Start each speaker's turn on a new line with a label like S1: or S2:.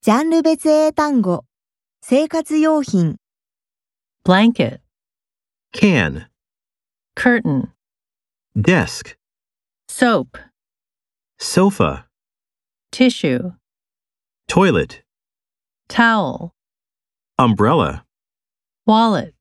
S1: ジャンル別英単語、生活用品、
S2: blanket,
S3: can,
S2: curtain,
S3: desk,
S2: soap,
S3: sofa,
S2: tissue,
S3: toilet,
S2: towel,
S3: umbrella.
S2: wallet.